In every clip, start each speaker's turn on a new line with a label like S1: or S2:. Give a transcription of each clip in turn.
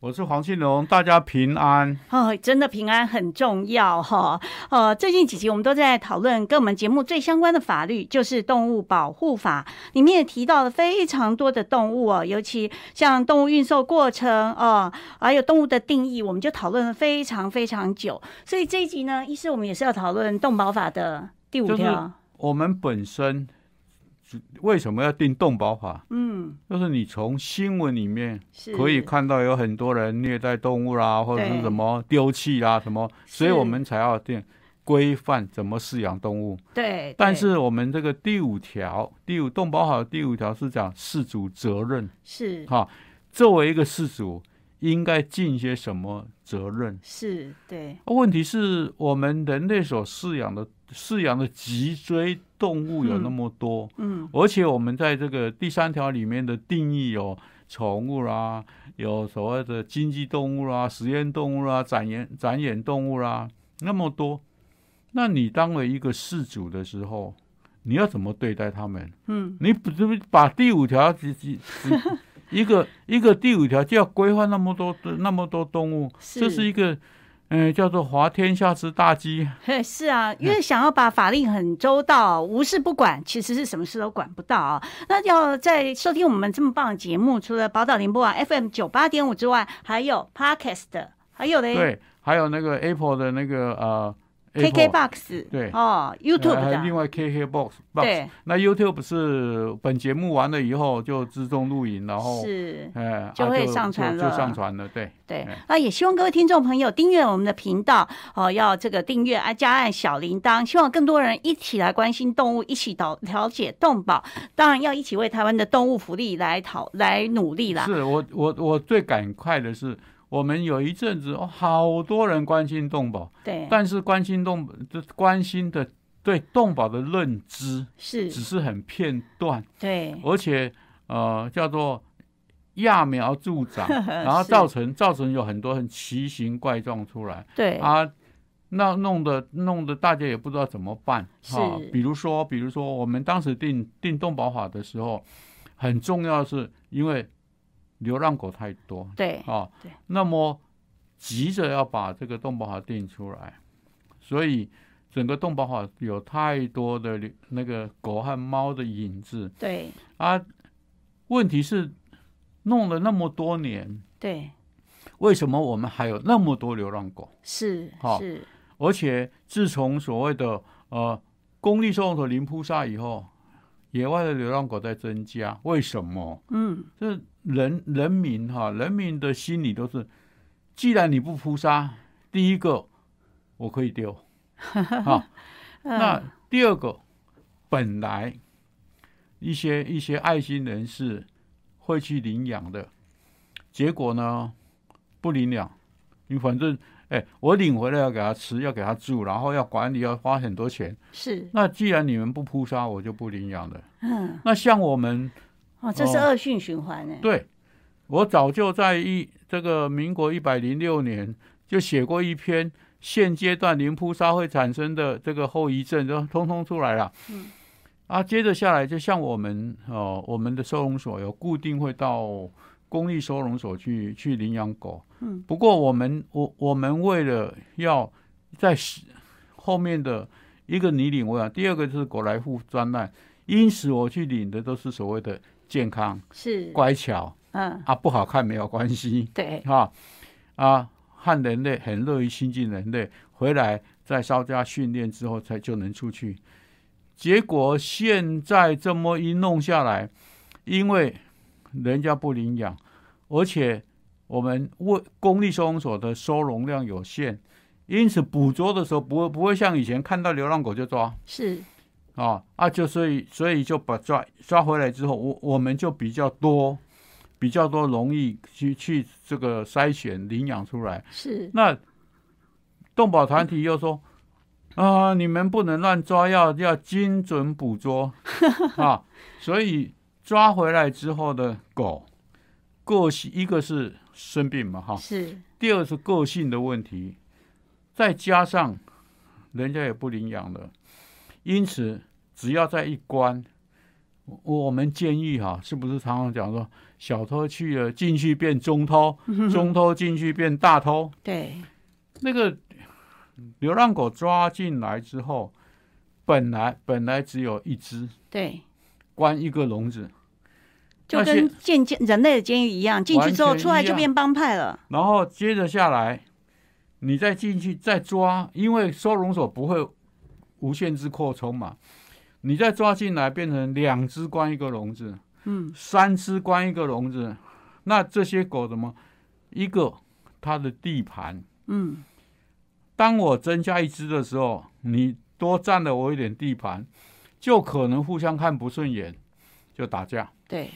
S1: 我是黄庆龙，大家平安。
S2: 哦，真的平安很重要哈、哦。呃，最近几集我们都在讨论跟我们节目最相关的法律，就是《动物保护法》，里面也提到了非常多的动物哦，尤其像动物运送过程哦，还有动物的定义，我们就讨论了非常非常久。所以这一集呢，医师我们也是要讨论《动保法》的第五条。
S1: 就是我们本身为什么要定动保法？
S2: 嗯，
S1: 就是你从新闻里面
S2: 是
S1: 可以看到有很多人虐待动物啦，或者
S2: 对
S1: 是什么丢弃啦，什么，所以
S2: 是
S1: 我们才要定规范怎么饲养动物。
S2: 对，对
S1: 但是我们这个第五条，第五动保法的第五条是讲饲主责任
S2: 是
S1: 哈，作为一个饲主应该尽些什么责任？
S2: 是，对，
S1: 啊问题是我们人类所饲养的饲养的脊椎动物有那么多，
S2: 嗯，
S1: 而且我们在这个第三条里面的定义有宠物啦，有所谓的经济动物啦、实验动物啦、展演展演动物啦，那么多。那你当为一个饲主的时候，你要怎么对待他们？
S2: 嗯，
S1: 你不是把第五条只 只只一个一个第五条就要规范那么多那么多动物，
S2: 是
S1: 这是一个嗯、呃叫做“滑天下之大稽
S2: 嘿，是
S1: 嗯
S2: 啊，因为想要把法令很周到，无事不管，其实是什么事都管不到啊。那要在收听我们这么棒的节目，除了宝岛联播网 FM 九八点五之外，还有 Podcast，还有”，嘞
S1: 对，还有那个 Apple 的那个呃 Apple
S2: KKBox，
S1: 对
S2: 哦
S1: 呃
S2: ，YouTube
S1: 还有另
S2: 的，
S1: 外 KK Box，
S2: 对，
S1: 那 YouTube 是本节目完了以后就自动录影，然后
S2: 是。
S1: 呃
S2: 就
S1: 啊
S2: 会上传
S1: 就
S2: 了
S1: 就上传了，对，
S2: 对
S1: 哎，
S2: 那也希望各位听众朋友订阅我们的频道哦，要这个订阅啊，加按小铃铛，希望更多人一起来关心动物，一起了了解动保，当然要一起为台湾的动物福利来讨来努力啦。
S1: 是我我我最感慨的是，我们有一阵子、哦、好多人关心动保，
S2: 对，
S1: 但是关心动这关心的对动保的认知
S2: 是，
S1: 只是很片段，
S2: 对，
S1: 而且呃叫做揠苗助长，然 后
S2: 是
S1: 造成造成有很多很奇形怪状出来。
S2: 对，
S1: 啊，那弄得弄得大家也不知道怎么办啊
S2: 是。
S1: 比如说，比如说我们当时定定动保法的时候，很重要的是因为流浪狗太多
S2: 对，
S1: 啊
S2: 对，
S1: 那么急着要把这个动保法定出来，所以整个动保法有太多的流那个狗和猫的影子
S2: 对，
S1: 啊。问题是弄了那么多年，
S2: 对，
S1: 为什么我们还有那么多流浪狗？
S2: 是，
S1: 好
S2: 是，
S1: 而且自从所谓的呃公立收容所零扑杀以后，野外的流浪狗在增加，为什么？
S2: 嗯，
S1: 这人人民哈、人民的心理都是，既然你不扑杀，第一个我可以丢，啊，那
S2: 呃
S1: 第二个本来一些一些爱心人士会去领养的，结果呢不领养，你反正哎，我领回来要给他吃，要给他住，然后要管理，要花很多钱。
S2: 是，
S1: 那既然你们不扑杀，我就不领养了。
S2: 嗯，
S1: 那像我们
S2: 哦，这是
S1: 哦
S2: 恶性循环呢。
S1: 对，我早就在一这个民国一百零六年就写过一篇现阶段零扑杀会产生的这个后遗症，都通通出来了。
S2: 嗯。
S1: 啊，接着下来，就像我们哦，我们的收容所有固定会到公立收容所去去领养狗。
S2: 嗯。
S1: 不过我们我我们为了要在是后面的一个你领我养，第二个就是狗来户专栏，因此我去领的都是所谓的健康、
S2: 是，
S1: 乖巧，
S2: 嗯，
S1: 啊，不好看没有关系
S2: 对，
S1: 哈啊，和人类很乐于亲近人类，回来在稍加训练之后才就能出去。结果现在这么一弄下来，因为人家不领养，而且我们为公立收容所的收容量有限，因此捕捉的时候不会不会像以前看到流浪狗就抓，
S2: 是，
S1: 啊啊，就所以所以就把抓抓回来之后，我我们就比较多比较多容易去去这个筛选领养出来。
S2: 是，
S1: 那动保团体又说啊，你们不能乱抓，要要精准捕捉啊，所以抓回来之后的狗个性，一个是生病嘛哈，
S2: 是
S1: 第二是个性的问题，再加上人家也不领养了，因此只要在一关，我我们建议哈、是不是常常讲说小偷去了进去变中偷，中偷进去变大偷？
S2: 对，
S1: 那个流浪狗抓进来之后，本来本来只有一只，
S2: 对，
S1: 关一个笼子，
S2: 就
S1: 那些
S2: 跟监监人类的监狱一样，进去之后
S1: 完全
S2: 出来
S1: 一
S2: 就
S1: 样
S2: 变帮派了。
S1: 然后接着下来，你再进去再抓，因为收容所不会无限制扩充嘛，你再抓进来变成两只关一个笼子，嗯，三只关一个笼子，那这些狗怎么一个它的地盘，
S2: 嗯，
S1: 当我增加一只的时候，你多占了我一点地盘，就可能互相看不顺眼，就打架。
S2: 对，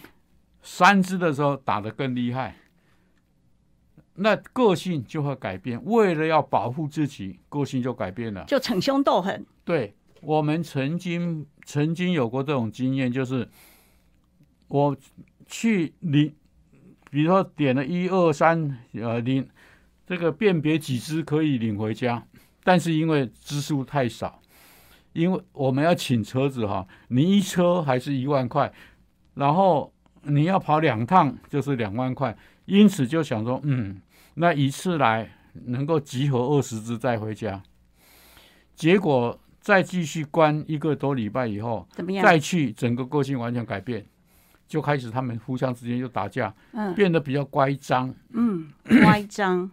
S1: 三只的时候打得更厉害，那个性就会改变。为了要保护自己，个性就改变了。
S2: 就逞凶斗狠。
S1: 对我们曾经曾经有过这种经验，就是我去领，比如说点了一二三，呃，领这个辨别几只可以领回家，但是因为只数太少，因为我们要请车子哈，你一车还是一万块，然后你要跑两趟就是两万块，因此就想说，嗯，那一次来能够集合二十只再回家，结果再继续关一个多礼拜以后，
S2: 怎么样？
S1: 再去整个个性完全改变，就开始他们互相之间就打架，
S2: 嗯
S1: 变得比较乖张，
S2: 嗯，乖张。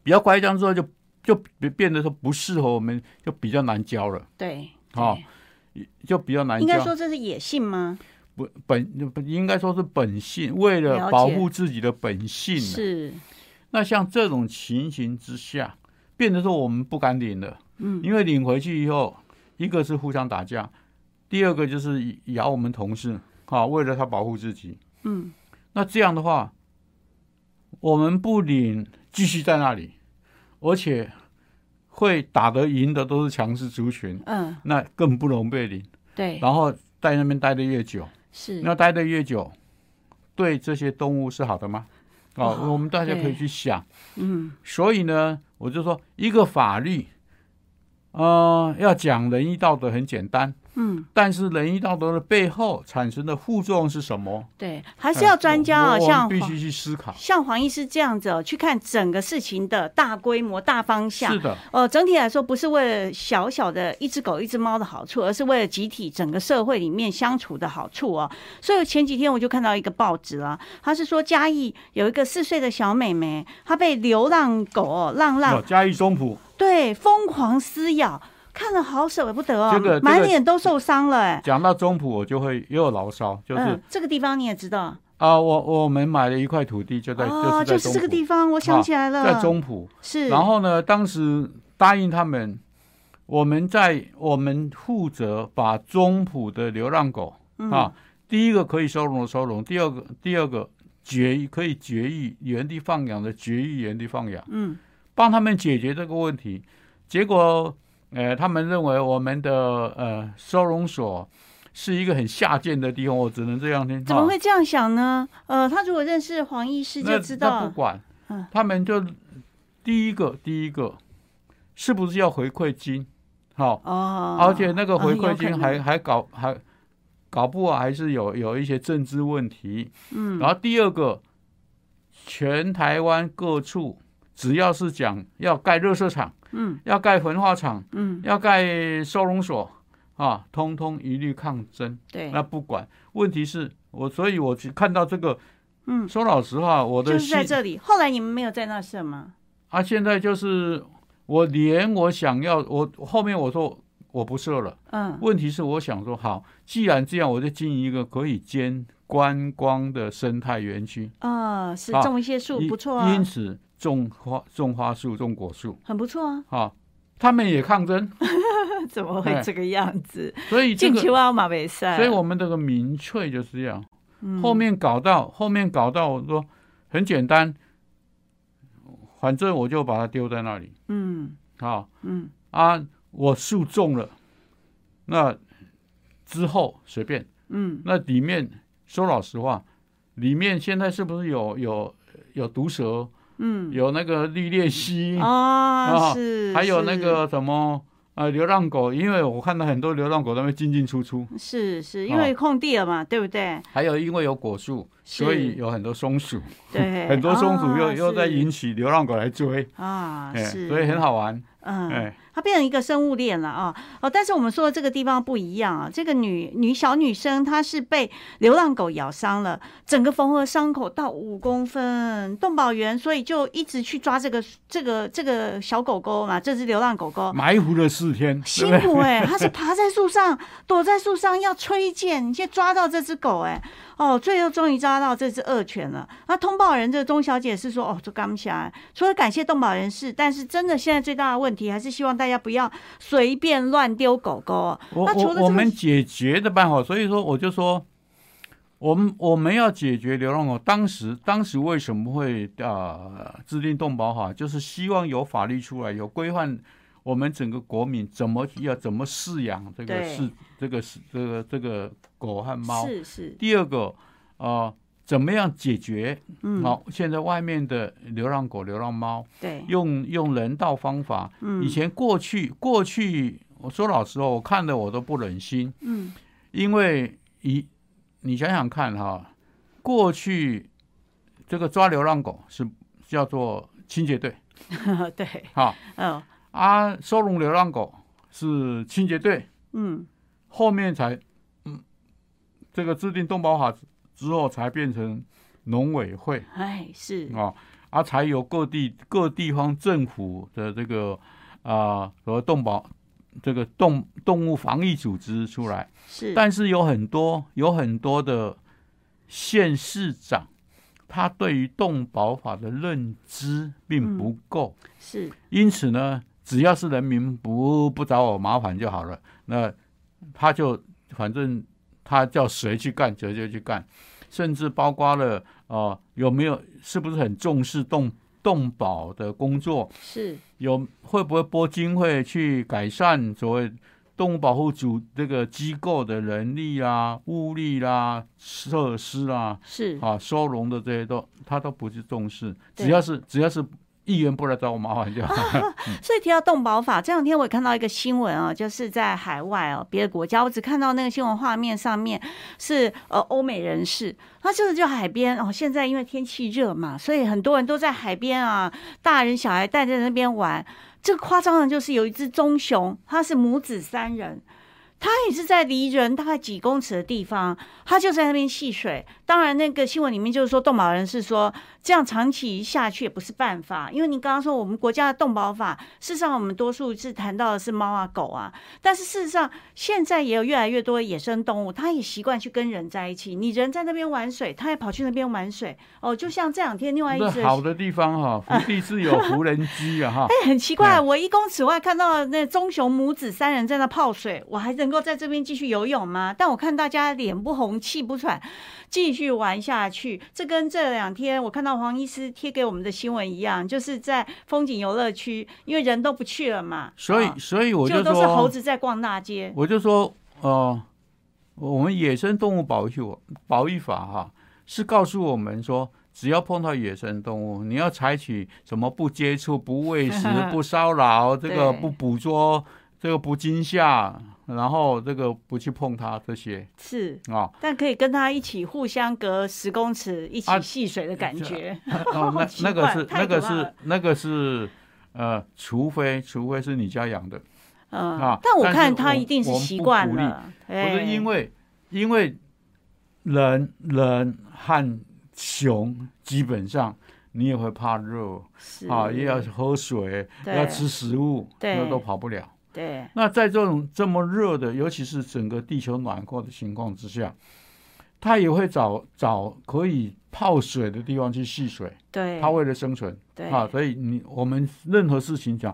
S1: 比较乖张之后就就变得说不适合我们，就比较难教了，
S2: 对，
S1: 好
S2: 对
S1: 就比较难
S2: 应该
S1: 教
S2: 说。这是野性吗？
S1: 不本不应该说是本性，为
S2: 了
S1: 了
S2: 解
S1: 保护自己的本性、啊。
S2: 是，
S1: 那像这种情形之下，变得说我们不敢领了，嗯，因为领回去以后，一个是互相打架，第二个就是咬我们同事，啊，为了他保护自己，
S2: 嗯，
S1: 那这样的话，我们不领，继续在那里，而且会打得赢的都是强势族群，
S2: 嗯，
S1: 那更不容被领，
S2: 对，
S1: 然后在那边待得越久，
S2: 是。
S1: 那待得越久，对这些动物是好的吗？
S2: 哦
S1: 哦，我们大家可
S2: 对
S1: 以去想。
S2: 嗯，
S1: 所以呢，我就说一个法律，呃，要讲仁义道德很简单，
S2: 嗯，
S1: 但是仁义道德的背后产生的副作用是什么？
S2: 对，还是要专家啊，
S1: 哎我我
S2: 像
S1: 们必
S2: 黄
S1: 须去思考。
S2: 像黄医师这样子、哦、去看整个事情的大规模、大方向
S1: 是。的，
S2: 呃，整体来说，不是为了小小的一只狗、一只猫的好处，而是为了集体整个社会里面相处的好处哦。所以前几天我就看到一个报纸啊，他是说嘉义有一个四岁的小妹妹，她被流浪狗、哦、浪
S1: 有
S2: 浪
S1: 嘉义中埔
S2: 对疯狂撕咬，看了好舍不得哦，
S1: 这个这个
S2: 满脸都受伤了、哎、
S1: 讲到中埔，我就会又有牢骚，就是啊、
S2: 嗯，这个地方你也知道
S1: 我我们买了一块土地，就在、
S2: 哦，就
S1: 就是是在中埔，啊
S2: 这个地方，我想起来了，
S1: 在中埔。
S2: 是，
S1: 然后呢，当时答应他们，我们在我们负责把中埔的流浪狗、
S2: 嗯
S1: 啊，第一个可以收容的收容，第二个第二个绝育可以绝育原地放养的绝育原地放养，
S2: 嗯，
S1: 帮他们解决这个问题。结果，呃，他们认为我们的呃收容所是一个很下贱的地方，我只能这样听。
S2: 怎么
S1: 啊
S2: 会这样想呢？呃，他如果认识黄医师就
S1: 那
S2: 知
S1: 那
S2: 道
S1: 不，管
S2: 嗯，
S1: 他们就第一个第一个是不是要回馈金？好、
S2: 哦，
S1: 而且那个回
S2: 哦有
S1: 馈
S2: 可
S1: 金
S2: 能
S1: 还、还搞还搞不好还是有有一些政治问题。嗯，然后第二个，全台湾各处只要是讲要盖热色厂，
S2: 嗯，
S1: 要盖焚化厂，
S2: 嗯，
S1: 要盖收容所啊，通通一律抗争。
S2: 对，
S1: 那不管，问题是我，所以我去看到这个，
S2: 嗯
S1: 说老实话，我的
S2: 就
S1: 心
S2: 是在这里。后来你们没有在那设吗？
S1: 啊，现在就是我连我想要，我后面我说我不设了，
S2: 嗯，
S1: 问题是我想说好，既然这样，我就经营一个可以兼观光的生态园区，
S2: 啊，是
S1: 啊
S2: 种一些树，
S1: 因
S2: 不错啊
S1: 因，此种花种花树种果树
S2: 很不错啊。
S1: 啊，他们也抗争，
S2: 怎么会
S1: 哎
S2: 这个样子？
S1: 所以这
S2: 进
S1: 个
S2: 球啊，马维赛。
S1: 所以我们这个民粹就是这样。
S2: 嗯
S1: 后面搞到后面搞到，我说很简单，反正我就把它丢在那里。
S2: 嗯
S1: 啊
S2: 嗯，
S1: 啊，我树种了，那之后随便。
S2: 嗯，
S1: 那里面说老实话，里面现在是不是有有有毒蛇，
S2: 嗯，
S1: 有那个绿鬣蜥，
S2: 哦
S1: 啊，
S2: 是，
S1: 还有那
S2: 是
S1: 个什么呃流浪狗？因为我看到很多流浪狗在那边进进出出，
S2: 是是因
S1: 哦
S2: 为空地了嘛，对不对？
S1: 还有因为有果树，所以
S2: 是
S1: 有很多松鼠，
S2: 对，
S1: 很多松鼠又、
S2: 啊
S1: 又在
S2: 是
S1: 引起流浪狗来追，
S2: 啊，
S1: 哎
S2: 是，
S1: 所以很好玩，
S2: 嗯，
S1: 哎、
S2: 它变成一个生物链了啊哦，但是我们说的这个地方不一样啊，这个女女小女生她是被流浪狗咬伤了，整个缝合伤口到五公分，动保员所以就一直去抓这个这个这个小狗狗嘛，这只流浪狗狗。
S1: 埋伏了四天，
S2: 辛苦哎、它是爬在树上，躲在树上要吹箭，先抓到这只狗哎、哦，最后终于抓到这只恶犬了。那通报人这个钟小姐是说，哦，这刚下来，除了感谢动保人士，但是真的现在最大的问题还是希望大家不要随便乱丢狗狗哦。
S1: 我
S2: 那除了这
S1: 我
S2: 个
S1: 我们解决的办法，所以说我就说，我们我们要解决流浪狗。当时当时为什么会呃制定动保法，就是希望有法律出来，有规范我们整个国民怎么要怎么饲养这个
S2: 对
S1: 是这个是这个这个狗和猫。
S2: 是是，
S1: 第二个呃，怎么样解决？
S2: 嗯，
S1: 好、现在外面的流浪狗、流浪猫，
S2: 对，
S1: 用用人道方法。
S2: 嗯
S1: 以前过去过去，我说老实话，我看的我都不忍心。
S2: 嗯，
S1: 因为你你想想看哈、过去这个抓流浪狗是叫做清洁队，
S2: 对，
S1: 哈
S2: 哦，
S1: 啊，收容流浪狗是清洁队，
S2: 嗯，
S1: 后面才嗯，这个制定动保法之后才变成农委会
S2: 哎，是，
S1: 啊，啊，才有各地各地方政府的这个啊，和、谓动保这个动动物防疫组织出来。
S2: 是，
S1: 但是有很多有很多的县市长，他对于动保法的认知并不够，
S2: 是，
S1: 因此呢，只要是人民不不找我麻烦就好了，那他就反正他叫谁去干谁就去干，甚至包括了呃有没有是不是很重视动动保的工作，
S2: 是，
S1: 有会不会拨经费去改善所谓动物保护组这个机构的人力啊、物力啦、设施啊、
S2: 是，
S1: 啊收容的这些都他都不去重视，
S2: 对
S1: 只要是只要是议员不来找我麻烦就好。
S2: 所以提到动保法，这两天我也看到一个新闻哦，就是在海外哦，别的国家，我只看到那个新闻画面上面是呃欧美人士，他就是就海边哦，现在因为天气热嘛，所以很多人都在海边啊，大人小孩带在那边玩。这个夸张的就是有一只棕熊，它是母子三人。它也是在离人大概几公尺的地方，它就在那边戏水。当然，那个新闻里面就是说，动保人士说这样长期下去也不是办法，因为你刚刚说我们国家的动保法，事实上我们多数是谈到的是猫啊狗啊，但是事实上现在也有越来越多的野生动物，它也习惯去跟人在一起。你人在那边玩水，它也跑去那边玩水。哦，就像这两天另外一
S1: 那
S2: 只
S1: 好的地方哈、 福地是有无人机啊哈，
S2: 很奇怪，
S1: 嗯
S2: 我一公尺外看到那棕熊母子三人在那泡水，我还能够在这边继续游泳吗？但我看大家脸不红气不喘，继续玩下去。这跟这两天我看到黄医师贴给我们的新闻一样，就是在风景游乐区，因为人都不去了嘛，
S1: 所以
S2: 啊
S1: 所以我就
S2: 就都
S1: 说
S2: 是猴子在逛大街。、
S1: 我就说，呃，我们野生动物保育保育法哈、是告诉我们说，只要碰到野生动物，你要采取什么不接触、不喂食 不骚扰，这个
S2: 对
S1: 不捕捉，这个不惊吓，然后这个不去碰它这些
S2: 是，
S1: 啊
S2: 但可以跟他一起互相隔十公尺一起
S1: 啊
S2: 戏水的感觉。
S1: 哦，那
S2: 奇怪
S1: 那个是
S2: 太
S1: 那
S2: 可
S1: 个
S2: 怕了
S1: 是那个是。呃，除非除非是你家养的，
S2: 嗯，
S1: 啊
S2: 但我
S1: 但是
S2: 看他
S1: 我
S2: 一定是
S1: 我们
S2: 习
S1: 不
S2: 惯
S1: 鼓励
S2: 了，哎不
S1: 不是因为因为人人和熊基本上你也会怕热啊，也要喝水，
S2: 对
S1: 要吃食物，
S2: 对
S1: 那都跑不了。
S2: 对。
S1: 那在这种这么热的，尤其是整个地球暖和的情况之下，它也会找找可以泡水的地方去戏水，
S2: 对，
S1: 它为了生存。
S2: 对
S1: 啊，所以你我们任何事情讲，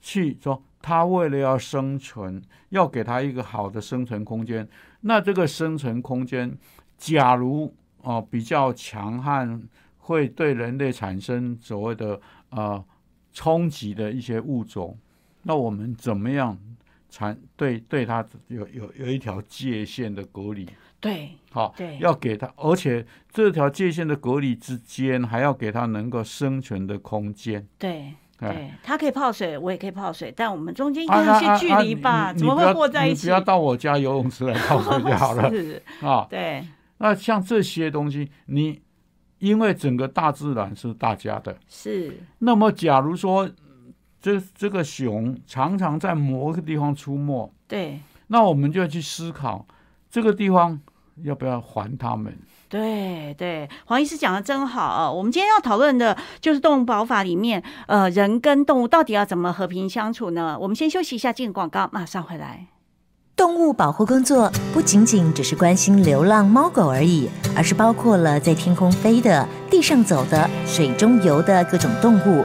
S1: 去说他为了要生存，要给他一个好的生存空间。那这个生存空间，假如哦、比较强悍，会对人类产生所谓的呃冲击的一些物种，那我们怎么样？产对对它有有有一条界限的隔离，
S2: 对
S1: 好、
S2: 对
S1: 要给它，而且这条界限的隔离之间还要给它能够生存的空间。
S2: 对
S1: 哎，
S2: 对，他可以泡水，我也可以泡水，但我们中间一定
S1: 啊
S2: 要
S1: 啊啊
S2: 些距
S1: 啊
S2: 离
S1: 你
S2: 吧？
S1: 你
S2: 怎么
S1: 你不
S2: 会
S1: 要
S2: 和在一
S1: 你
S2: 起？
S1: 不要到我家游泳池来泡水就 好了
S2: 是，
S1: 啊。
S2: 对
S1: 那像这些东西，你因为整个大自然是大家的，
S2: 是，
S1: 那么假如说这这个熊常常在某个地方出没，
S2: 对
S1: 那我们就要去思考这个地方要不要还他们。
S2: 对对，黄医师讲的真好、哦。我们今天要讨论的就是《动物保法》里面，呃，人跟动物到底要怎么和平相处呢？我们先休息一下，进广告，马上回来。
S3: 动物保护工作不仅仅只是关心流浪猫狗而已，而是包括了在天空飞的、地上走的、水中游的各种动物。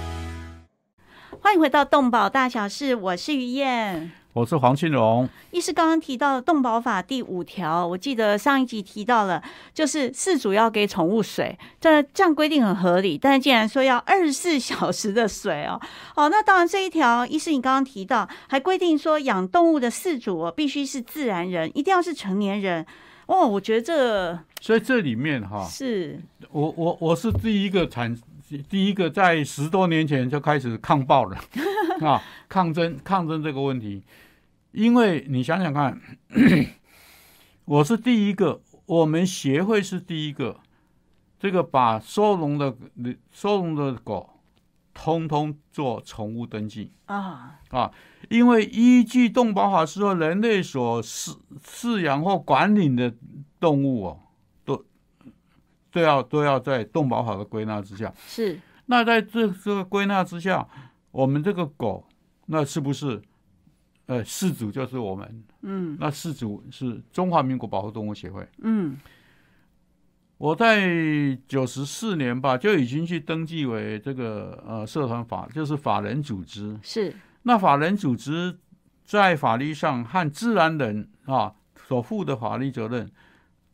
S2: 欢迎回到《动保大小事》，我是于燕。
S1: 我是黄庆荣，
S2: 医师刚刚提到的动保法第五条，我记得上一集提到了，就是饲主要给宠物水，这这样规定很合理，但是竟然说要二十四 小时的水哦，哦，那当然这一条，医师你刚刚提到，还规定说养动物的饲主、哦、必须是自然人，一定要是成年人。哦，我觉得这
S1: 所以这里面哈，
S2: 是
S1: 我我我是第一个产，第一个在十多年前就开始抗暴了啊，抗争抗争这个问题，因为你想想看， 我是第一个，我们协会是第一个，这个把收容的收容的狗，通通做宠物登记。
S2: 啊，
S1: 啊，因为依据动保法之后，人类所饲饲养或管理的动物哦，都都要都要在动保法的归纳之下。
S2: 是
S1: 那在这这个归纳之下，我们这个狗，那是不是呃饲主就是我们？
S2: 嗯
S1: 那饲主是中华民国保护动物协会。
S2: 嗯
S1: 我在九十四年吧就已经去登记为这个呃社团法，就是法人组织。
S2: 是
S1: 那法人组织在法律上和自然人啊所负的法律责任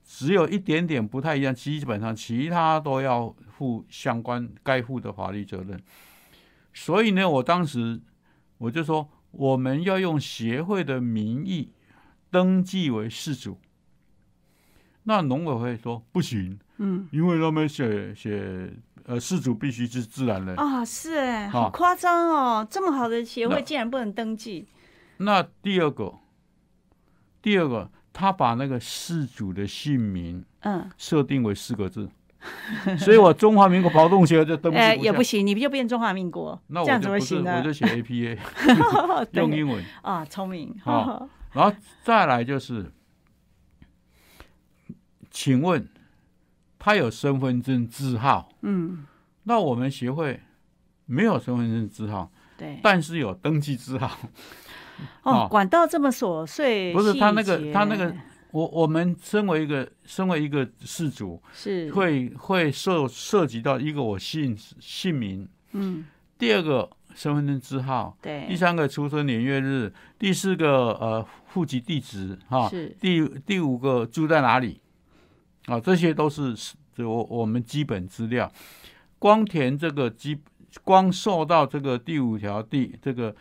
S1: 只有一点点不太一样，基本上其他都要负相关该负的法律责任。所以呢，我当时我就说，我们要用协会的名义登记为事主。那农委会说不行，
S2: 嗯
S1: 因为他们写写呃事主必须是自然人。
S2: 啊是哎，
S1: 好
S2: 好夸张哦，这么好的协会
S1: 那
S2: 竟然不能登记，
S1: 那第二个，第二个，他把那个事主的姓名
S2: 嗯。
S1: 设定为四 个字，所以我中华民国劳动协会就登记
S2: 哎、
S1: 不
S2: 也
S1: 下
S2: 不行，你不就变中华民国？
S1: 那
S2: 这
S1: 我
S2: 样怎
S1: 就
S2: 么
S1: 不是，
S2: 行
S1: 我
S2: 呢？
S1: 就写 APA
S2: 对
S1: 用英文，啊
S2: 啊，聪明，
S1: 好然后再来就是，请问他有身份证字号？
S2: 嗯，
S1: 那我们协会没有身份证字号，
S2: 对，
S1: 但是有登记字号。
S2: 哦
S1: 哦，
S2: 管到这么琐碎，
S1: 不是他那个
S2: 细节
S1: 他那个我我们身为一个身为一个事主，
S2: 是，
S1: 会会涉涉及到一个我姓姓名，
S2: 嗯，
S1: 第二个身份证字号，第
S2: 对，
S1: 三个出生年月日，第四个呃户籍地址哈，
S2: 是
S1: 第第五个住在哪里啊，这些都是是我我们基本资料。光填这个基，光受到这个第五条第这个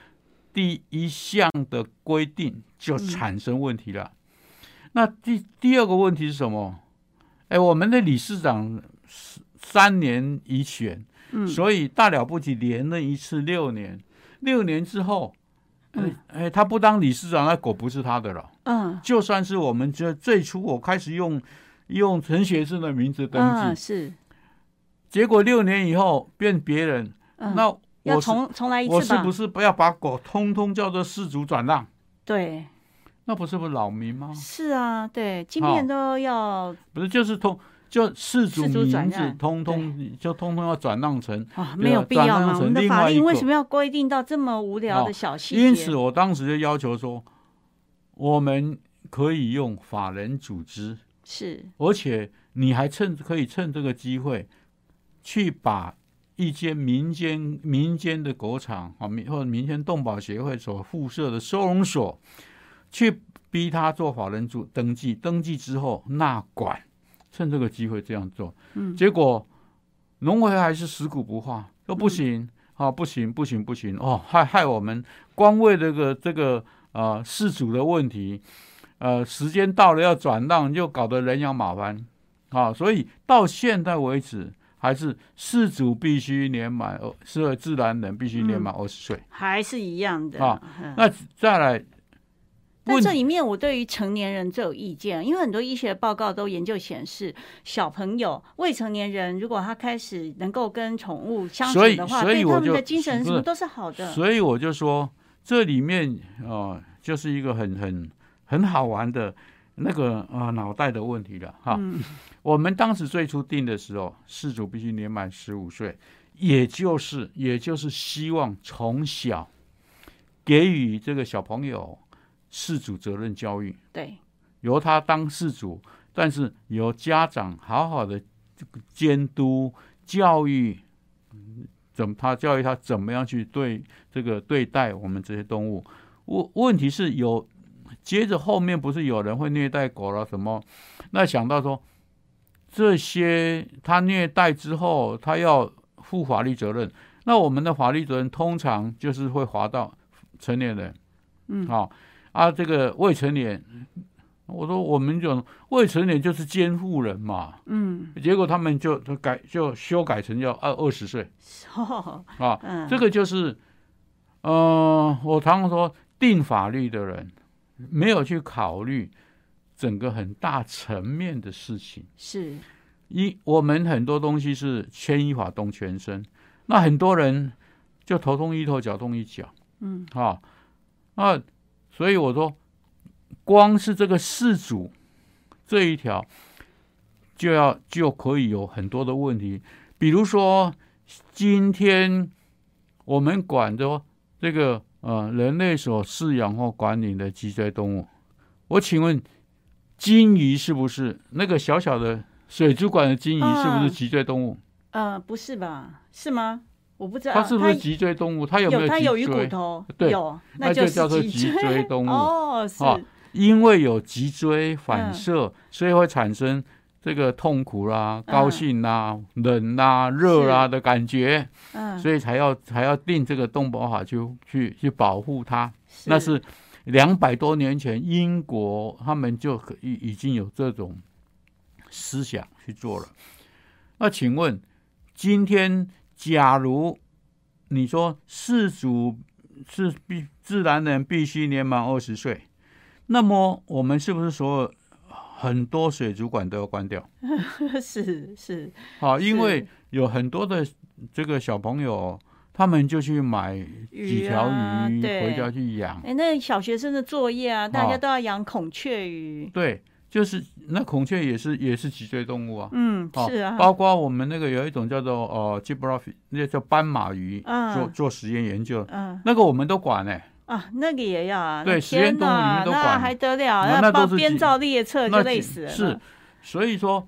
S1: 第一项的规定就产生问题了。那第第二个问题是什么？哎，我们的理事长是三年一选，
S2: 嗯
S1: 所以大了不起连任一次六年，六年之后，哎、哎，他不当理事长，那狗不是他的了。
S2: 嗯
S1: 就算是我们这最初我开始用用陈学士
S2: 嗯
S1: 的名字登记，
S2: 嗯是，
S1: 结果六年以后变别人，
S2: 嗯
S1: 那
S2: 要
S1: 我是
S2: 重重来一
S1: 我
S2: 次
S1: 是
S2: 吧
S1: 不？是不要把狗通通叫做四足转让？啊
S2: 对，
S1: 那不是不是扰民吗？
S2: 是啊，对，今
S1: 好
S2: 年都要
S1: 不是，就是通就氏族
S2: 氏族转
S1: 名字
S2: 让
S1: 通通就通通要转让成。
S2: 啊，
S1: 对
S2: 没有
S1: 啊
S2: 必
S1: 转
S2: 要
S1: 让
S2: 嘛。我
S1: 成
S2: 们的
S1: 另
S2: 法
S1: 外一
S2: 令为
S1: 个
S2: 什么要规定到这么无聊
S1: 哦
S2: 的小细节？
S1: 因此，我当时就要求说，我们可以用法人组织，
S2: 是
S1: 而且你还趁可以趁这个机会，去把一间民间民间的狗场啊，民或者民间动保协会所附设的收容所，去逼他做法人组登记，登记之后纳管，趁这个机会这样做。
S2: 嗯
S1: 结果农委会还是死骨不化，说不行。
S2: 嗯
S1: 啊，不行不行不行哦，害害我们光为这个这个啊事主的问题，呃，时间到了要转让，又搞得人仰马翻啊，所以到现在为止，还是事主必须年满呃，是自然人必须年满二十岁。
S2: 还是一样的
S1: 啊
S2: 嗯
S1: 那再来
S2: 但
S1: 问
S2: 这里面我对于成年人最有意见，因为很多医学报告都研究显示，小朋友、未成年人如果他开始能够跟宠物相处
S1: 所以
S2: 的话，
S1: 所
S2: 对
S1: 以我
S2: 他们
S1: 就
S2: 的精神
S1: 不
S2: 什
S1: 是
S2: 么都是好的。
S1: 所以我就说，这里面啊、呃就是一个很很很好玩的那个啊、呃脑袋的问题了哈。
S2: 嗯
S1: 我们当时最初定的时候，事主必须年满十五岁，也就是也就是希望从小给予这个小朋友事主责任教育，
S2: 对，
S1: 由他当事主，但是由家长好好的监督教育，嗯怎么他教育他怎么样去对这个对待我们这些动物。问问题是有，接着后面不是有人会虐待狗了什么？那想到说这些他虐待之后，他要负法律责任。那我们的法律责任通常就是会划到成年人，嗯，好、啊，这个未成年我说我们这种未成年就是监护人嘛，
S2: 嗯，
S1: 结果他们就就改就修改成要二二十岁
S2: 哦，
S1: 啊，
S2: 嗯，
S1: 这个就是，呃，我常常说定法律的人没有去考虑整个很大层面的事情。
S2: 是
S1: 一我们很多东西是牵一发动全身，那很多人就头痛医头，脚痛医脚，嗯，好、那所以我说，光是这个事主这一条，就要就可以有很多的问题，比如说今天我们管着这个呃人类所饲养或管理的脊椎动物，我请问。金鱼是不是那个小小的水族馆的金鱼是不
S2: 啊
S1: 是脊椎动物？
S2: 呃，不是吧？是吗？我不知道，
S1: 它是不是脊椎动物？它有没
S2: 啊有它有
S1: 脊
S2: 鱼骨
S1: 椎？
S2: 头？
S1: 对
S2: 有，
S1: 那
S2: 就是
S1: 就叫做
S2: 脊
S1: 脊椎动物
S2: 哦，是
S1: 啊因为有脊椎反射，所以会产生这个痛苦啦、
S2: 嗯
S1: 高兴啦、冷啦、热啦的感觉，
S2: 嗯，
S1: 所以才要才要定这个动保法去去去保护它。
S2: 是
S1: 那是两百多年前英国他们就可已已经有这种思想去做了。那请问，今天假如你说事主是必自然人必须年满二十岁，那么我们是不是所有很多水族馆都要关掉？
S2: 是是
S1: 好，
S2: 是
S1: 因为有很多的这个小朋友，他们就去买几条
S2: 啊
S1: 鱼
S2: 对
S1: 回家去养。
S2: 哎、那小学生的作业啊，大家
S1: 哦
S2: 都要养孔雀鱼。
S1: 对，就是那孔雀也是也是脊椎动物啊。
S2: 嗯，
S1: 哦
S2: 是啊，
S1: 包括我们那个有一种叫做呃 g i b r a f i 那叫斑马鱼，
S2: 嗯
S1: 做做实验研究，
S2: 嗯
S1: 那个我们都管呢、
S2: 啊，那个也要啊。
S1: 对
S2: 那
S1: 实验
S2: 天
S1: 动物里
S2: 哪
S1: 面都
S2: 那
S1: 管
S2: 还得了？
S1: 那那都
S2: 帮
S1: 是
S2: 编
S1: 几
S2: 造列册就
S1: 那
S2: 累
S1: 几
S2: 死人
S1: 是
S2: 了。，嗯
S1: 所以说，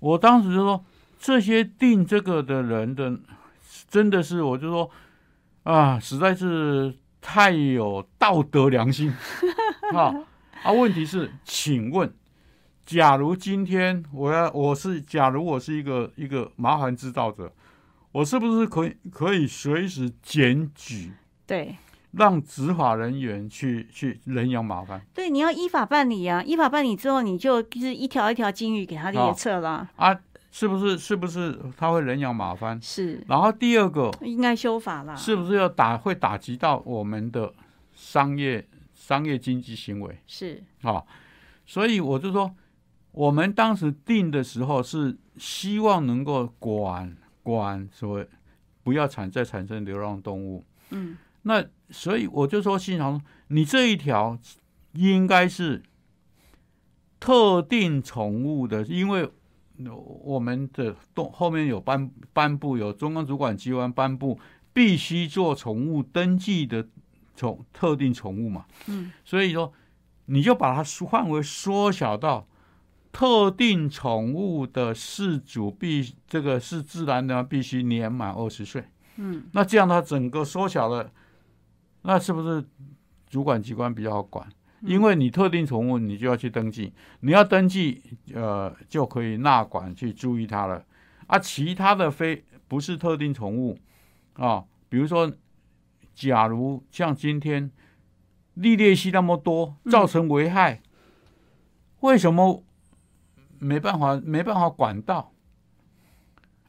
S1: 我当时就说，这些定这个的人的，真的是我就说啊，实在是太有道德良 心啊啊！问题是，请问，假如今天我要我是假如我是一个一个麻烦制造者，我是不是可以可以随时检举，
S2: 对
S1: 让执法人员去去人仰马翻？
S2: 对，你要依法办理啊，依法办理之后，你就是一条一条金鱼给他列
S1: 哦
S2: 册啦。
S1: 啊，是不是是不是他会人仰马翻？
S2: 是，
S1: 然后第二个
S2: 应该修法啦。
S1: 是不是要打会打击到我们的商业商业经济行为
S2: 是，
S1: 啊、所以我就说，我们当时定的时候是希望能够管管所谓不要产再产生流浪动物。
S2: 嗯，
S1: 那所以我就说，新航，你这一条应该是特定宠物的，因为我们的动后面有颁颁布有中央主管机关颁布必须做宠物登记的宠特定宠物嘛。
S2: 嗯，
S1: 所以说你就把它缩范围缩小到。特定宠物的饲主必这个是自然的，必须年满二十岁。
S2: 嗯，
S1: 那这样它整个缩小了，那是不是主管机关比较好管？因为你特定宠物，你就要去登记，你要登记，呃，就可以纳管去注意它了。啊，其他的非不是特定宠物啊，比如说，假如像今天利列西那么多，造成危害，为什么没办法没办法管到？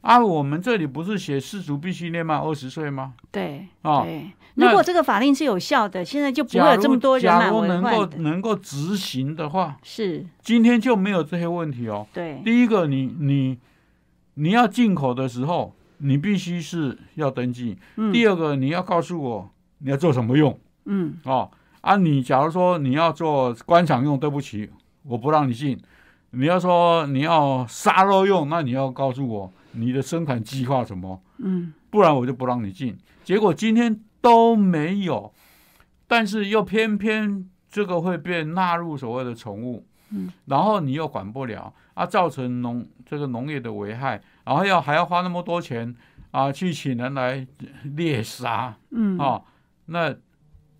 S1: 啊，我们这里不是写氏族必须年满二十岁吗？
S2: 对，
S1: 哦
S2: 对。
S1: 那
S2: 如果这个法令是有效的，现在就不会
S1: 假
S2: 有
S1: 如
S2: 这么多人
S1: 假
S2: 满
S1: 如
S2: 为
S1: 能
S2: 患
S1: 够
S2: 的。
S1: 能够执行的话，
S2: 是，
S1: 今天就没有这些问题哦。
S2: 对，
S1: 第一个，你你你要进口的时候，你必须是要登记；
S2: 嗯
S1: 第二个，你要告诉我你要做什么用
S2: 嗯
S1: 哦。啊，你假如说你要做观赏用，对不起，我不让你进。你要说你要杀肉用，那你要告诉我你的生产计划什么。
S2: 嗯，
S1: 不然我就不让你进。结果今天都没有，但是又偏偏这个会被纳入所谓的宠物，
S2: 嗯，
S1: 然后你又管不了啊，造成农这个农业的危害，然后要还要花那么多钱啊，去请人来猎杀，
S2: 嗯
S1: 啊，那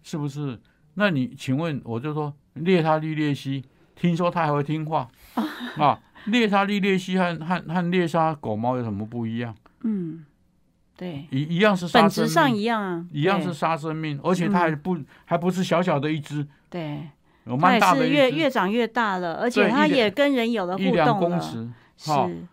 S1: 是不是？那你请问，我就说猎他利列西，听说他还会听 话啊，猎他利列西和和和猎杀狗猫有什么不一样？
S2: 嗯，对，
S1: 一一样是杀
S2: 本
S1: 生
S2: 质
S1: 命
S2: 上一样啊，
S1: 一样
S2: 对嗯
S1: 是杀生命，而且它还不、还不是小小的一只，
S2: 对，
S1: 有
S2: 它
S1: 蛮
S2: 也
S1: 大的
S2: 是
S1: 一
S2: 越
S1: 只
S2: 越长越大了，而且
S1: 对
S2: 它
S1: 一两
S2: 也跟人有了
S1: 一
S2: 互
S1: 两
S2: 动
S1: 公
S2: 了，
S1: 尺。哈
S2: 是，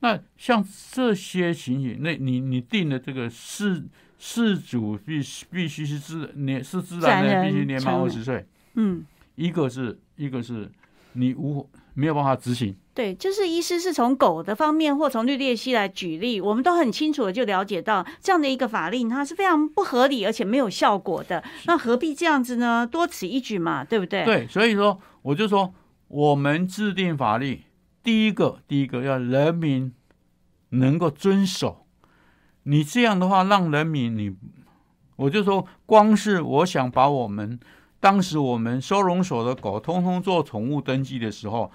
S1: 那像这些情形，那你你定的这个事事主必须必须是自年是自然
S2: 自然
S1: 人，
S2: 人
S1: 必须年满
S2: 成
S1: 二
S2: 人
S1: 十岁，
S2: 嗯。
S1: 一个是一个是你无没有办法执行，
S2: 对，就是医师是从狗的方面或从绿鬣蜥来举例，我们都很清楚的就了解到这样的一个法令，它是非常不合理而且没有效果的。那何必这样子呢？多此一举嘛，对不对？，
S1: 对，所以说我就说我们制定法律，第一个第一个要人民能够遵守，你这样的话让人民你，我就说光是我想把我们当时我们收容所的狗通通做宠物登记的时候，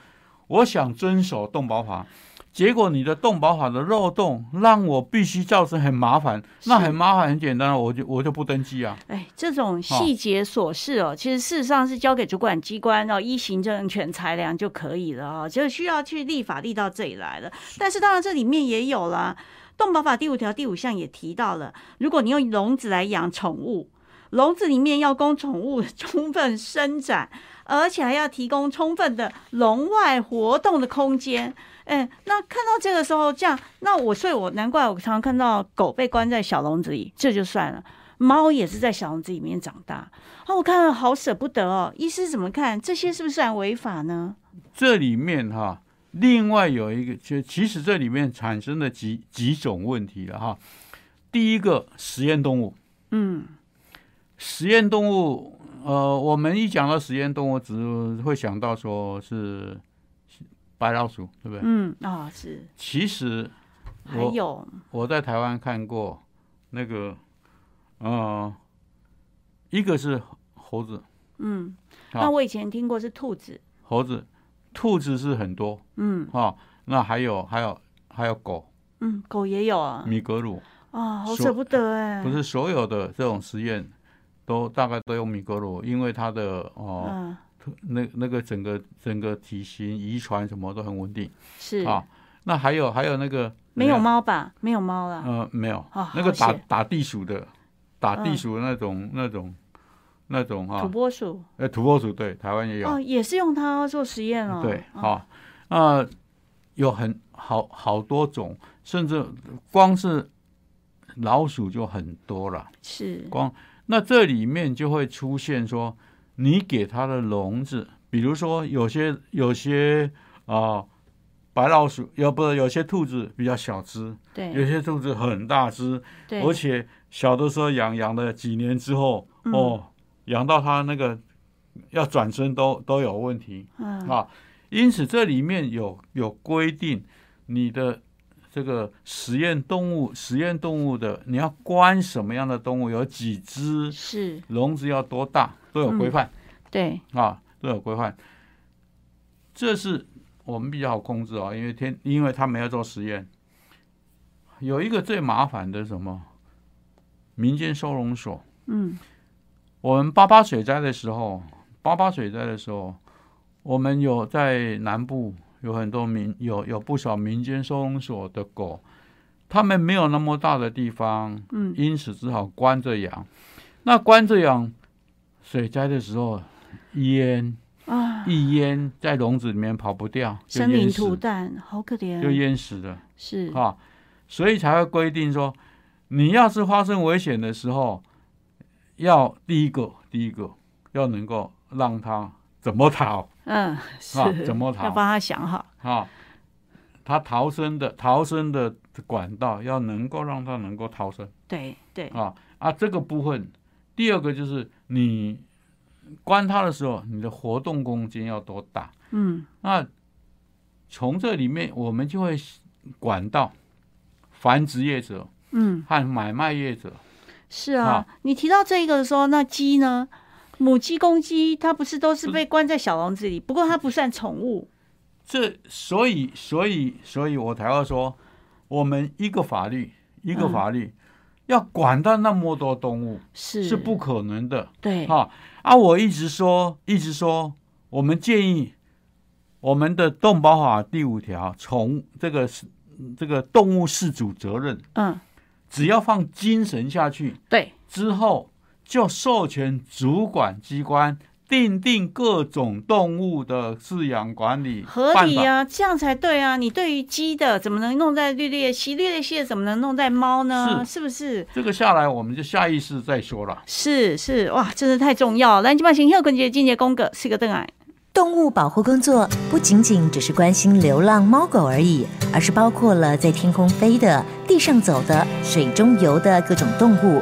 S1: 我想遵守动保法。结果你的动保法的漏洞让我必须造成很麻烦，那
S2: 是
S1: 很麻烦很简单了，我就我就不登记啊。
S2: 哎，这种细节琐事哦，其实事实上是交给主管机关哦，依行政权裁量就可以了哦，就需要去立法立到这里来了。但是当然这里面也有啦，《动保法》第五条第五项也提到了，如果你用笼子来养宠物，笼子里面要供宠物充分伸展，而且还要提供充分的笼外活动的空间。哎，那看到这个时候这样，那我所以我难怪我常常看到狗被关在小笼子里，这就算了。猫也是在小笼子里面长大啊，我看了好舍不得哦。医师怎么看这些是不是很违法呢？
S1: 这里面哈、另外有一个，就其实这里面产生的几几种问题了哈。第一个，实验动物，
S2: 嗯，
S1: 实验动物，呃，我们一讲到实验动物，只会想到说是白老鼠，对不对？
S2: 嗯啊、是，
S1: 其实
S2: 还
S1: 我
S2: 有
S1: 我在台湾看过那个，呃，一个是猴子，
S2: 嗯，
S1: 好
S2: 那我以前听过是兔子，
S1: 猴子，兔子是很多
S2: 嗯
S1: 哈、那还有还有还有狗，
S2: 嗯，狗也有啊，
S1: 米格鲁。
S2: 啊，好
S1: 说
S2: 舍不得哎、
S1: 不，是所有的这种实验都大概都用米格鲁，因为它的哦、
S2: 嗯，
S1: 那那个整个整个体型、遗传什么都很稳定
S2: 是
S1: 啊。那还有还有那个
S2: 没有？猫吧？没有猫啦，
S1: 呃，没有，
S2: 哦
S1: 那个
S2: 好
S1: 打
S2: 险
S1: 打地鼠的，打地
S2: 嗯
S1: 鼠的那种、那种那种
S2: 土
S1: 啊，
S2: 拨鼠
S1: 呃，土拨鼠对，台湾也有，
S2: 哦，也是用它做实验哦，
S1: 对，
S2: 嗯
S1: 好、啊，有很好好多种，甚至光是老鼠就很多了。
S2: 是，
S1: 光，那这里面就会出现说，你给它的笼子，比如说有些有些啊、呃白老鼠，有不有些兔子比较小只，有
S2: 对
S1: 些兔子很大只，
S2: 对，
S1: 而且小的时候养养了几年之后，
S2: 嗯
S1: 哦，养到它那个要转身都都有问题
S2: 嗯
S1: 啊。因此这里面有有规定，你的这个实验动物，实验动物的你要关什么样的动物，有几只，
S2: 是，
S1: 笼子要多大，都有规范、
S2: 对，
S1: 啊，都有规范。这是我们比较好控制啊，因为天，因为他们要做实验。有一个最麻烦的是什么？民间收容所。
S2: 嗯，
S1: 我们八八水灾的时候，八八水灾的时候，我们有在南部有很多民有有不少民间收容所的狗，他们没有那么大的地方，
S2: 嗯，
S1: 因此只好关着养。那关着养，水灾的时候，烟
S2: 啊，
S1: 一烟在笼子里面跑不掉，就
S2: 生灵
S1: 淹
S2: 涂
S1: 死，
S2: 炭，好可
S1: 就
S2: 怜，
S1: 淹死了。
S2: 是，
S1: 啊，所以才会规定说，你要是发生危险的时候，要第一个第一个要能够让他怎么逃
S2: 嗯，是
S1: 啊，怎么
S2: 要
S1: 逃
S2: 帮他想好，
S1: 啊，他逃生的逃生的管道要能够让他能够逃生
S2: 对对，
S1: 啊啊这个部分，第二个就是你关它的时候，你的活动空间要多大？
S2: 嗯，
S1: 那从这里面我们就会管到繁殖业者。
S2: 嗯，
S1: 和买卖业者，
S2: 是啊
S1: 啊。
S2: 你提到这个的时候，那鸡呢？母鸡、公鸡，它不是都是被关在小笼子里？不过它不算宠物，
S1: 这所以所以所以我才要说，我们一个法律一个法律、要管到那么多动物
S2: 是
S1: 是不可能的
S2: 对，
S1: 哈啊！我一直说一直说，我们建议我们的动保法第五条，从这个是这个动物事主责任，
S2: 嗯，
S1: 只要放精神下去
S2: 对，
S1: 之后，就授权主管机关。订定各种动物的饲养管理
S2: 合
S1: 办
S2: 理
S1: 法。
S2: 啊，这样才对啊。你对于鸡的怎么能弄在绿鬣蜥？绿鬣蜥的怎么能弄在猫呢？是不是？
S1: 这个下来我们就下意识再说了。
S2: 是是，哇，真的太重要了。咱今晚先休困节今节功课是个邓矮。
S3: 动物保护工作不仅仅只是关心流浪猫狗而已，而是包括了在天空飞的、地上走的、水中游的各种动物。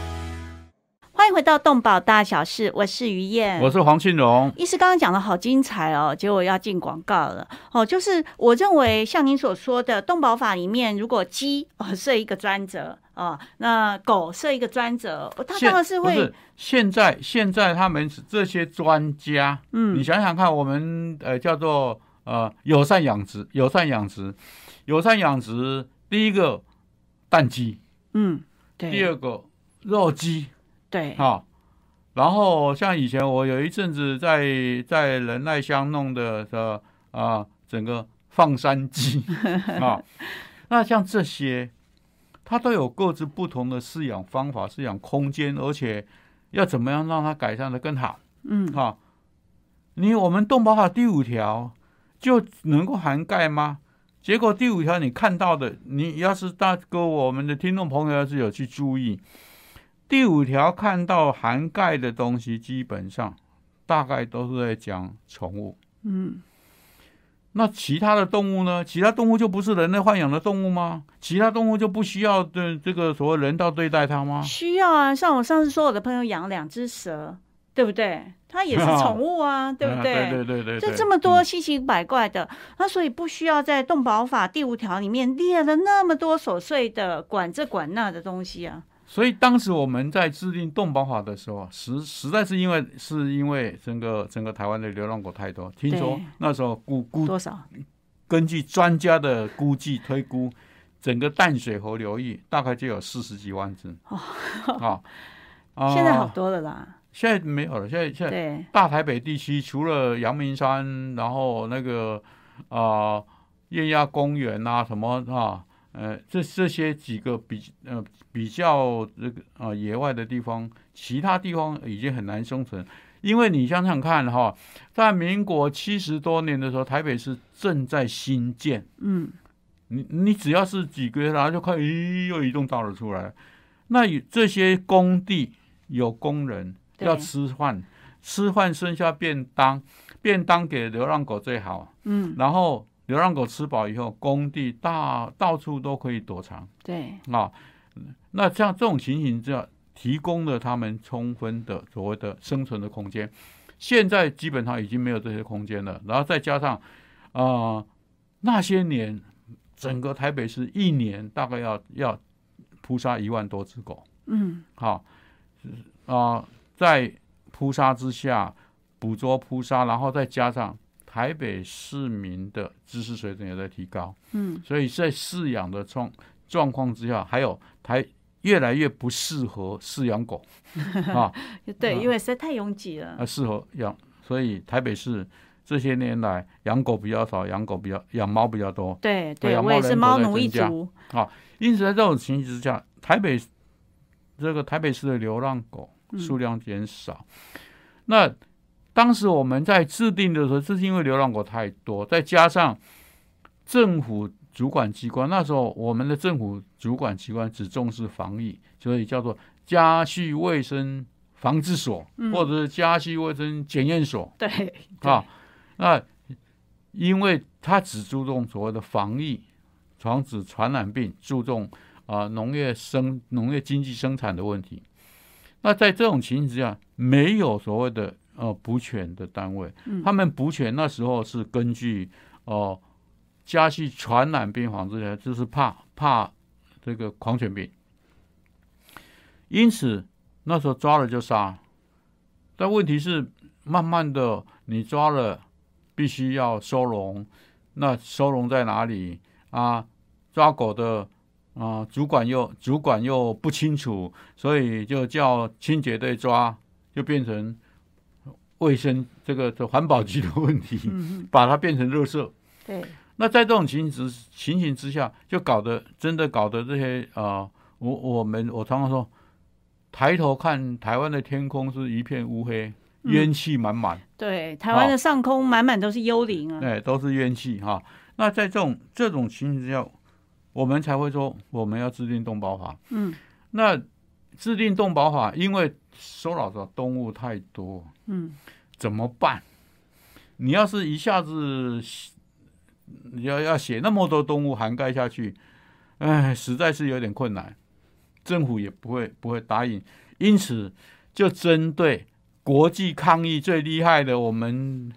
S2: 欢迎回到动保大小事，我是于燕，
S1: 我是黄庆荣，
S2: 医师刚刚讲的好精彩哦，结果要进广告了哦。就是我认为像您所说的动保法里面，如果鸡哦设一个专责哦，那狗设一个专责，哦它
S1: 现
S2: 当然是
S1: 不
S2: 会
S1: 是现在现在他们这些专家，你
S2: 嗯
S1: 想想看，我们呃叫做呃友善养殖，友善养殖，友善养殖，第一个蛋鸡，
S2: 嗯
S1: 第
S2: 对
S1: 二个肉鸡，
S2: 对
S1: 哈、然后像以前我有一阵子在在仁爱乡弄的的啊、整个放 山鸡啊、那像这些，它都有各自不同的饲养方法、饲养空间，而且要怎么样让它改善的更好
S2: 嗯
S1: 哈、你我们动保法第五条就能够涵盖吗？结果第五条你看到的，你要是大哥我们的听众朋友要是有去注意，第五条看到涵盖的东西，基本上大概都是在讲宠物。
S2: 嗯
S1: 那其他的动物呢？其他动物就不是人类豢养的动物吗？其他动物就不需要对这个所谓人道对待它吗？
S2: 需要啊。像我上次说，我的朋友养两只蛇，对不对？它也是宠物啊，对不
S1: 啊对对对对
S2: 就
S1: 对
S2: 这么多
S1: 嗯
S2: 稀奇百怪的，那所以不需要在动保法第五条里面列了那么多琐碎的管这管那的东西啊。
S1: 所以当时我们在制定动保法的时候啊，实实在是因为是因为整个整个台湾的流浪狗太多，听说
S2: 对
S1: 那时候估估
S2: 多少？
S1: 根据专家的估计推估，整个淡水河流域大概就有四十几 万只。哦，啊
S2: 现在好，多了啦。
S1: 现在没有了。现在现在
S2: 对，
S1: 大台北地区除了阳明山，然后那个啊月亚公园啊什么啊，呃这这些几个比呃比较这个啊野外的地方，其他地方已经很难生存。因为你想想看哈，在民国七十多年的时候，台北市正在新建，
S2: 嗯，
S1: 你你只要是几个月，然后就看，咦，又一栋大楼出来了。那有这些工地有工人
S2: 对
S1: 要吃饭，吃饭剩下便当，便当给流浪狗最好。
S2: 嗯，
S1: 然后流浪狗吃饱以后，工地大到处都可以躲藏
S2: 对，
S1: 啊。那像这种情形之下，提供了他们充分的所谓的生存的空间。现在基本上已经没有这些空间了，然后再加上，呃，那些年整个台北市一年大概要要扑杀一万多只狗，
S2: 嗯，
S1: 好、啊、在扑杀之下，捕捉扑杀，然后再加上台北市民的知识水准也在提高，
S2: 嗯，
S1: 所以在饲养的状状况之下，还有台越来越不适合饲养狗啊，
S2: 对，
S1: 啊
S2: 因为实在太拥挤了
S1: 啊，。适合养，所以台北市这些年来养狗比较少，养狗比较养猫比较多，
S2: 对
S1: 对
S2: 对，
S1: 啊
S2: 我也是猫
S1: 猫人口在
S2: 奴一
S1: 增加
S2: 族。
S1: 因此在这种情形之下，台北这个台北市的流浪狗
S2: 嗯
S1: 数量减少。那当时我们在制定的时候，这是因为流浪狗太多，再加上政府主管机关那时候我们的政府主管机关只重视防疫，所以叫做家畜卫生防治所，
S2: 嗯
S1: 或者是家畜卫生检验所。
S2: 对，
S1: 啊，那因为他只注重所谓的防疫，防止传染病，注重啊、农业生农业经济生产的问题。那在这种情形之下，没有所谓的呃补犬的单位，他们补犬那时候是根据哦、呃、家畜传染病防治条例，就是怕怕这个狂犬病，因此那时候抓了就杀。但问题是，慢慢的你抓了，必须要收容，那收容在哪里啊？抓狗的啊、主管又主管又不清楚，所以就叫清洁队抓，就变成卫生这个这环保局的问题，
S2: 嗯，
S1: 把它变成垃圾。
S2: 对，
S1: 那在这种情形之情形之下，就搞得真的搞得这些啊、呃我我们我常常说，抬头看台湾的天空是一片乌黑，
S2: 嗯
S1: 冤气满满。
S2: 对，台湾的
S1: 好
S2: 上空满满都是幽灵啊。
S1: 哎，都是怨气哈。那在这种这种情形之下，我们才会说我们要制定动保法。
S2: 嗯
S1: 那制定动保法，因为收扰的动物太多，
S2: 嗯，
S1: 怎么办？你要是一下子写你要要写那么多动物涵盖下去，哎，实在是有点困难。政府也不会不会答应，因此就针对国际抗议最厉害的，我们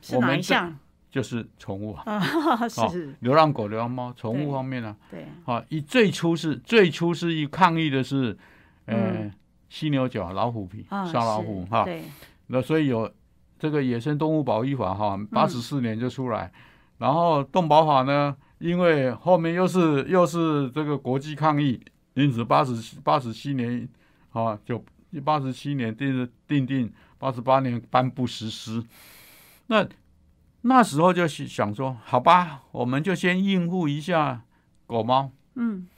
S2: 是
S1: 我
S2: 哪
S1: 们
S2: 一
S1: 这
S2: 项
S1: 就是宠物啊。
S2: 啊？是，
S1: 流浪狗、流浪猫、宠
S2: 对
S1: 物方面呢、
S2: 对，
S1: 啊，一最初是最初是一抗议的是，呃，
S2: 嗯
S1: 犀牛角、老虎皮、
S2: 啊，
S1: 杀老
S2: 是
S1: 虎哈，
S2: 对，
S1: 那所以有这个野生动物保育法哈，八十四年就出来，然后动保法呢，因为后面又是又是这个国际抗议，因此八十八十七年啊，就八十七年定定定，八十八年颁布实施。那那时候就想说，好吧，我们就先应付一下狗猫。
S2: 嗯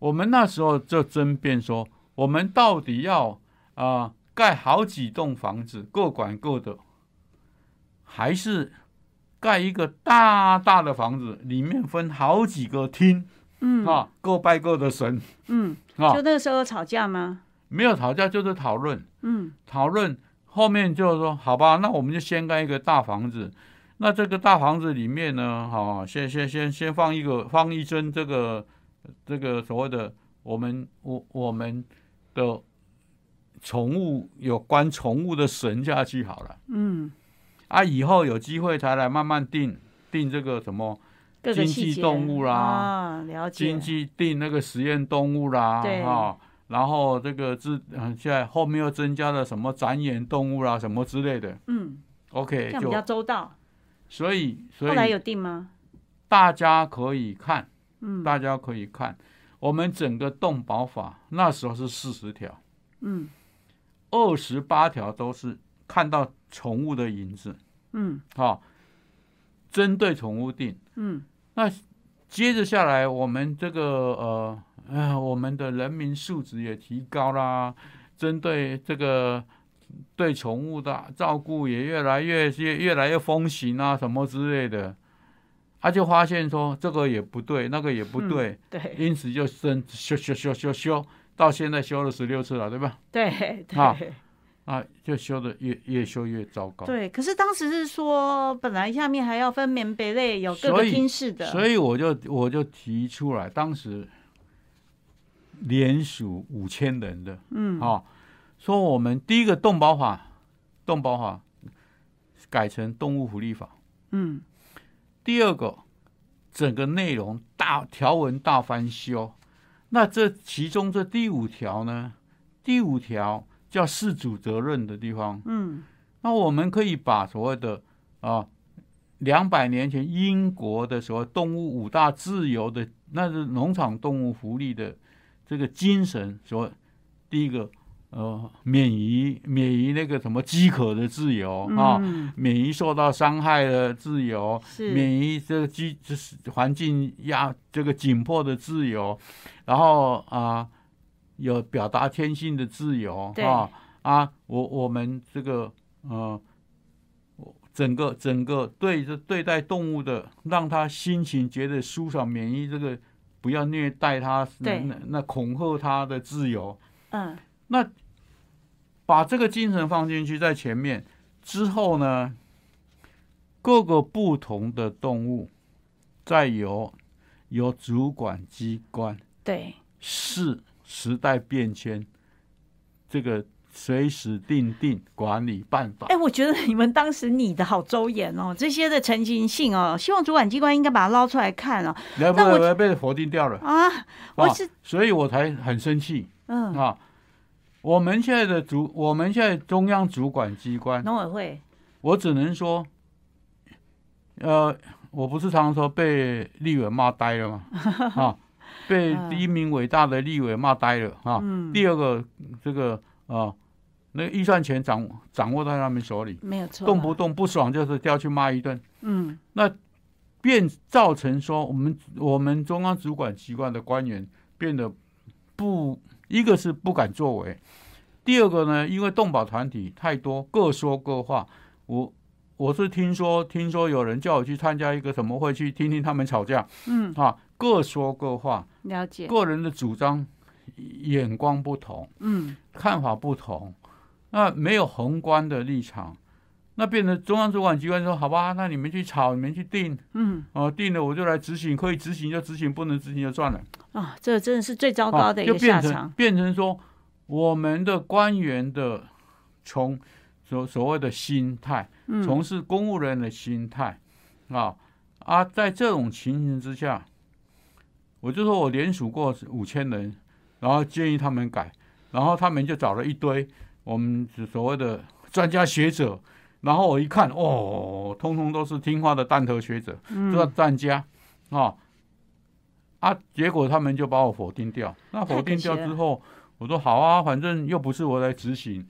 S1: 我们那时候就争辩说，我们到底要啊、呃盖好几栋房子，各管各的，还是盖一个大大的房子，里面分好几个厅
S2: 嗯
S1: 啊，各拜各的神
S2: 嗯，
S1: 啊
S2: 就，那个时候吵架吗？
S1: 没有吵架，就是讨论。
S2: 嗯
S1: 讨论，后面就是说，好吧，那我们就先盖一个大房子。那这个大房子里面呢，哈、先先先先放一个放一尊这个这个所谓的我们我我们的宠物有关宠物的神下去好了
S2: 嗯，
S1: 啊，以后有机会才来慢慢定定这个什么
S2: 各个
S1: 经
S2: 细
S1: 济
S2: 节
S1: 动物啦
S2: 啊，了解
S1: 经。济定那个实验动物啦，
S2: 对
S1: 哈、然后这个自嗯现在后面又增加了什么展演动物啦、什么之类的
S2: 嗯，这
S1: ，OK
S2: 样比
S1: 就
S2: 较周到。
S1: 所以所
S2: 后来
S1: 以
S2: 有定吗？
S1: 大家可以看，
S2: 嗯
S1: 大家可以看我们整个动保法那时候是四十条，
S2: 嗯
S1: 二十八条都是看到宠物的影子，
S2: 嗯
S1: 好、针对宠物定。
S2: 嗯
S1: 接着下来，我们这个呃呃，我们的人民素质也提高啦，针对这个对宠物的照顾也越来越越越来越风行啊，什么之类的。他、就发现说这个也不对，那个也不对，
S2: 对
S1: 因此就升修修修修修，到现在修了十六次了，对吧？
S2: 对
S1: 好
S2: 对
S1: 啊，就修的越越修越糟糕。
S2: 对。可是当时是说，本来下面还要分棉被类，有各个
S1: 所以
S2: 厅室的。
S1: 所以我就我就提出来，当时联署五千人的，
S2: 嗯
S1: 啊、说我们第一个动保法，动保法改成动物福利法，
S2: 嗯
S1: 第二个整个内容大条文大翻修，那这其中这第五条呢，第五条叫事主责任的地方，
S2: 嗯
S1: 那我们可以把所谓的啊，两百年前英国的所谓动物五大自由的，那是农场动物福利的这个精神，所第一个呃，免于免于那个什么饥渴的自由啊，
S2: 嗯
S1: 免于受到伤害的自由，
S2: 是
S1: 免于这个居就是环境压这个紧迫的自由，然后啊、有表达天性的自由
S2: 对
S1: 啊啊，我我们这个呃，我整个整个对这对待动物的，让他心情觉得舒爽，免于这个不要虐待它，
S2: 对
S1: 那那恐吓它的自由，
S2: 嗯
S1: 把这个精神放进去在前面之后呢，各个不同的动物，再由由主管机关
S2: 对
S1: 是时代变迁，这个随时定定管理办法
S2: 哎、。我觉得你们当时拟的好周延哦，这些的成型性哦，希望主管机关应该把它捞出来看哦。
S1: 来不
S2: 那我
S1: 来被否定掉了，
S2: 啊，我
S1: 啊
S2: 是
S1: 所以我才很生气
S2: 嗯，
S1: 啊！我们现在的主，我们现在中央主管机关，
S2: 农委会
S1: 我只能说，呃，我不是常常说被立委骂呆了吗？啊，被
S2: 嗯
S1: 第一名伟大的立委骂呆了啊。
S2: 嗯
S1: 第二个，这个啊，那个预算权掌掌握在他们手里，
S2: 没有错啦，啊
S1: 动不动不爽就是调去骂一顿，
S2: 嗯
S1: 变造成说我们我们中央主管机关的官员变得不，一个是不敢作为，第二个呢，因为动保团体太多，各说各话。我我是听说听说有人叫我去参加一个什么会，去听听他们吵架
S2: 嗯
S1: 啊，各说各话，
S2: 了解
S1: 个人的主张、眼光不同。
S2: 嗯
S1: 看法不同，那没有宏观的立场，那变成中央主管机关说：“好吧，那你们去吵，你们去定，
S2: 嗯
S1: 哦、定了我就来执行，可以执行就执行，不能执行就算了。
S2: 啊，这真的是最糟
S1: 啊
S2: 糕”的一
S1: 就
S2: 个下
S1: 变
S2: 场
S1: 成。变成说，我们的官员的从所所谓的心态，
S2: 嗯
S1: 从事公务人的心态，啊啊，在这种情形之下，我就说我联署过五千人，然后建议他们改，然后他们就找了一堆我们所谓的专家学者，然后我一看，哦，通通都是听话的蛋头学者，
S2: 嗯
S1: 这专家啊啊，结果他们就把我否定掉。那
S2: 太
S1: 否
S2: 可
S1: 定
S2: 惜
S1: 掉
S2: 了
S1: 之后，我说好啊，反正又不是我来执行，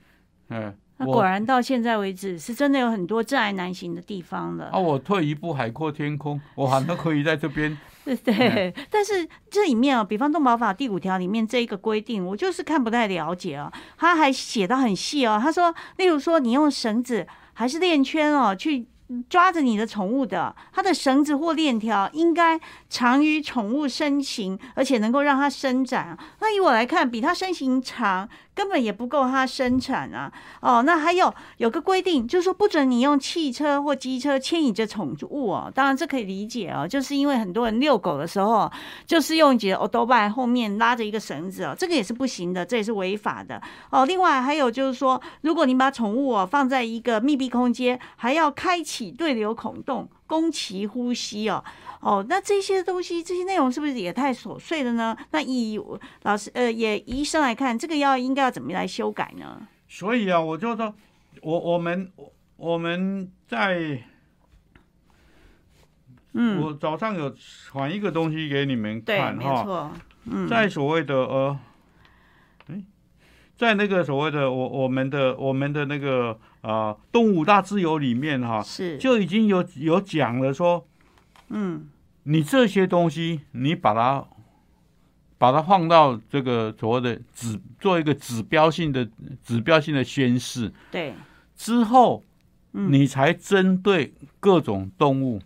S1: 嗯，
S2: 那
S1: 我
S2: 果然到现在为止，是真的有很多障碍难行的地方了。
S1: 啊，我退一步海阔天空，我还都可以在这边。
S2: 对对，但是这里面啊，比方动保法第五条里面这一个规定，我就是看不太了解啊。他还写到很细哦，他说，例如说你用绳子还是链圈哦去。抓着你的宠物的，它的绳子或链条应该长于宠物身形，而且能够让它伸展啊。那以我来看，比它身形长根本也不够它生产啊。哦，那还有有个规定，就是说不准你用汽车或机车牵引着宠物哦。当然这可以理解哦，就是因为很多人遛狗的时候哦，就是用你的 o d o b i 后面拉着一个绳子哦，这个也是不行的，这也是违法的哦。另外还有就是说，如果你把宠物哦放在一个密闭空间，还要开启。起对流孔洞、宫崎呼吸哦哦，那这些东西这些内容是不是也太琐碎了呢？那以老师呃，也以医生来看，这个要应该要怎么来修改呢？
S1: 所以啊，我就说，我我们我我们在
S2: 嗯，
S1: 我早上有传一个东西给你们
S2: 对，
S1: 看
S2: 没
S1: 哈，
S2: 错，嗯，
S1: 在所谓的呃，诶在那个所谓的我我们的我们的那个呃动物大自由里面哈，
S2: 是
S1: 就已经有有讲了说，
S2: 嗯
S1: 你这些东西你把它把它放到这个所谓的指做一个指标性的指标性的宣示
S2: 对，
S1: 之后，
S2: 嗯
S1: 你才针对各种动物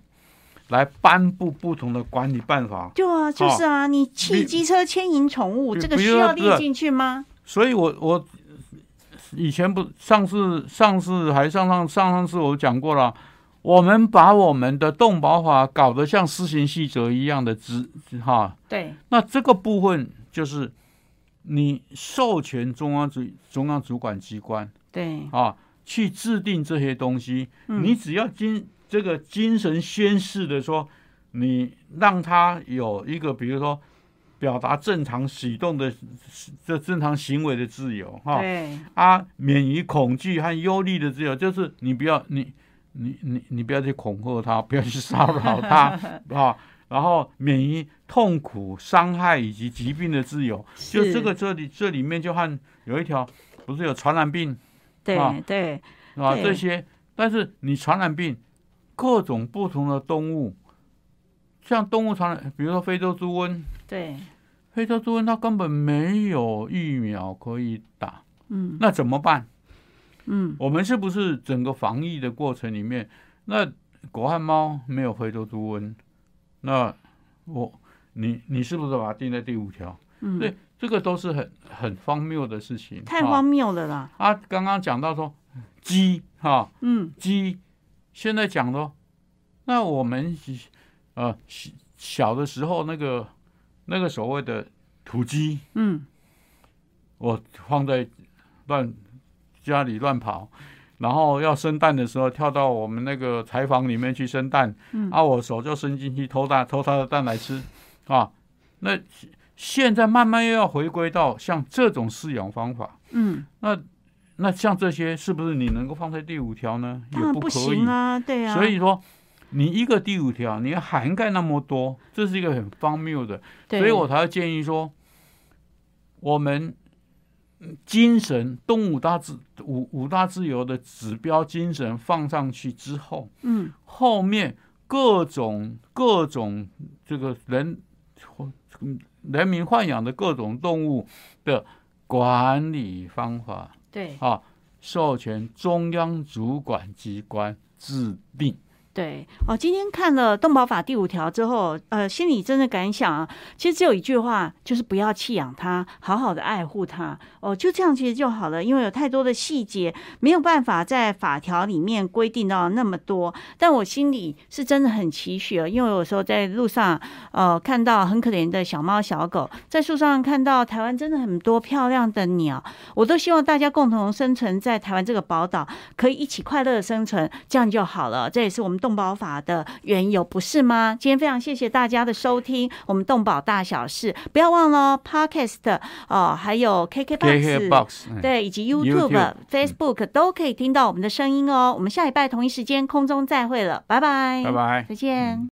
S1: 来颁布不同的管理办法。
S2: 就啊就是啊，你汽
S1: 比
S2: 机车牵引宠物
S1: 比
S2: 这个
S1: 比
S2: 需
S1: 如
S2: 要
S1: 说这
S2: 列
S1: 个
S2: 进去吗？
S1: 所以我我以前不上次上次还上上上上次我讲过了，我们把我们的动保法搞得像施行细则一样的执哈，
S2: 对，
S1: 那这个部分就是你授权中央主中央主管机关
S2: 对，
S1: 啊去制定这些东西，
S2: 嗯
S1: 你只要精这个精神宣示的说，你让他有一个比如说表达正常启动的这正常行为的自由哈。
S2: 对，
S1: 啊，免于恐惧和忧虑的自由，就是你不要你你你你不要去恐吓他，不要去骚 扰他啊，然后免于痛苦、伤害以及疾病的自由，就是这
S2: 啊
S1: 个这里这里面就和有一条不是有传染病
S2: 对
S1: 啊
S2: 对
S1: 啊
S2: 对
S1: 这些，但是你传染病各种不同的动物，像动物传染，比如说非洲猪瘟，
S2: 对，
S1: 非洲猪瘟它根本没有疫苗可以打，
S2: 嗯
S1: 那怎么办？
S2: 嗯，
S1: 我们是不是整个防疫的过程里面，那狗和猫没有非洲猪瘟，那我你你是不是把它定在第五条？
S2: 嗯
S1: 对，这个都是很很荒谬的事情。
S2: 太荒谬了啦，
S1: 啊！啊刚刚讲到说鸡哈、
S2: 嗯
S1: 鸡，现在讲咯，那我们呃小小的时候那个那个所谓的土鸡，
S2: 嗯，
S1: 我放在乱家里乱跑，然后要生蛋的时候跳到我们那个柴房里面去生蛋，
S2: 嗯
S1: 啊，我手就伸进去偷蛋，偷它的蛋来吃，啊，那现在慢慢又要回归到像这种饲养方法，
S2: 嗯，
S1: 那那像这些是不是你能够放在第五条呢？也
S2: 当然
S1: 不
S2: 不
S1: 可以
S2: 行啊，对啊，
S1: 所以说，你一个第五条，你要涵盖那么多，这是一个很荒谬的。
S2: 对
S1: 所以我才会建议说，我们嗯精神动物大自五五大自由的指标精神放上去之后，
S2: 嗯
S1: 后面各种各种这个人嗯人民豢养的各种动物的管理方法
S2: 对
S1: 啊，授权中央主管机关制定。
S2: 对哦，今天看了动保法第五条之后，呃，心里真的感想啊，其实只有一句话，就是不要弃养它，好好的爱护它哦，就这样其实就好了，因为有太多的细节没有办法在法条里面规定到那么多，但我心里是真的很期许哦，因为有时候在路上呃看到很可怜的小猫小狗，在树上看到台湾真的很多漂亮的鸟，我都希望大家共同生存在台湾这个宝岛，可以一起快乐的生存，这样就好了。这也是我们动保法的缘由，不是吗？今天非常谢谢大家的收听，我们动保大小事，不要忘了哦 Podcast 哦，还有 KKBox。
S1: KKBox，嗯
S2: 对，以及
S1: YouTube
S2: YouTube、Facebook 嗯都可以听到我们的声音哦。我们下礼拜同一时间空中再会了，拜拜，
S1: 拜拜
S2: 再见。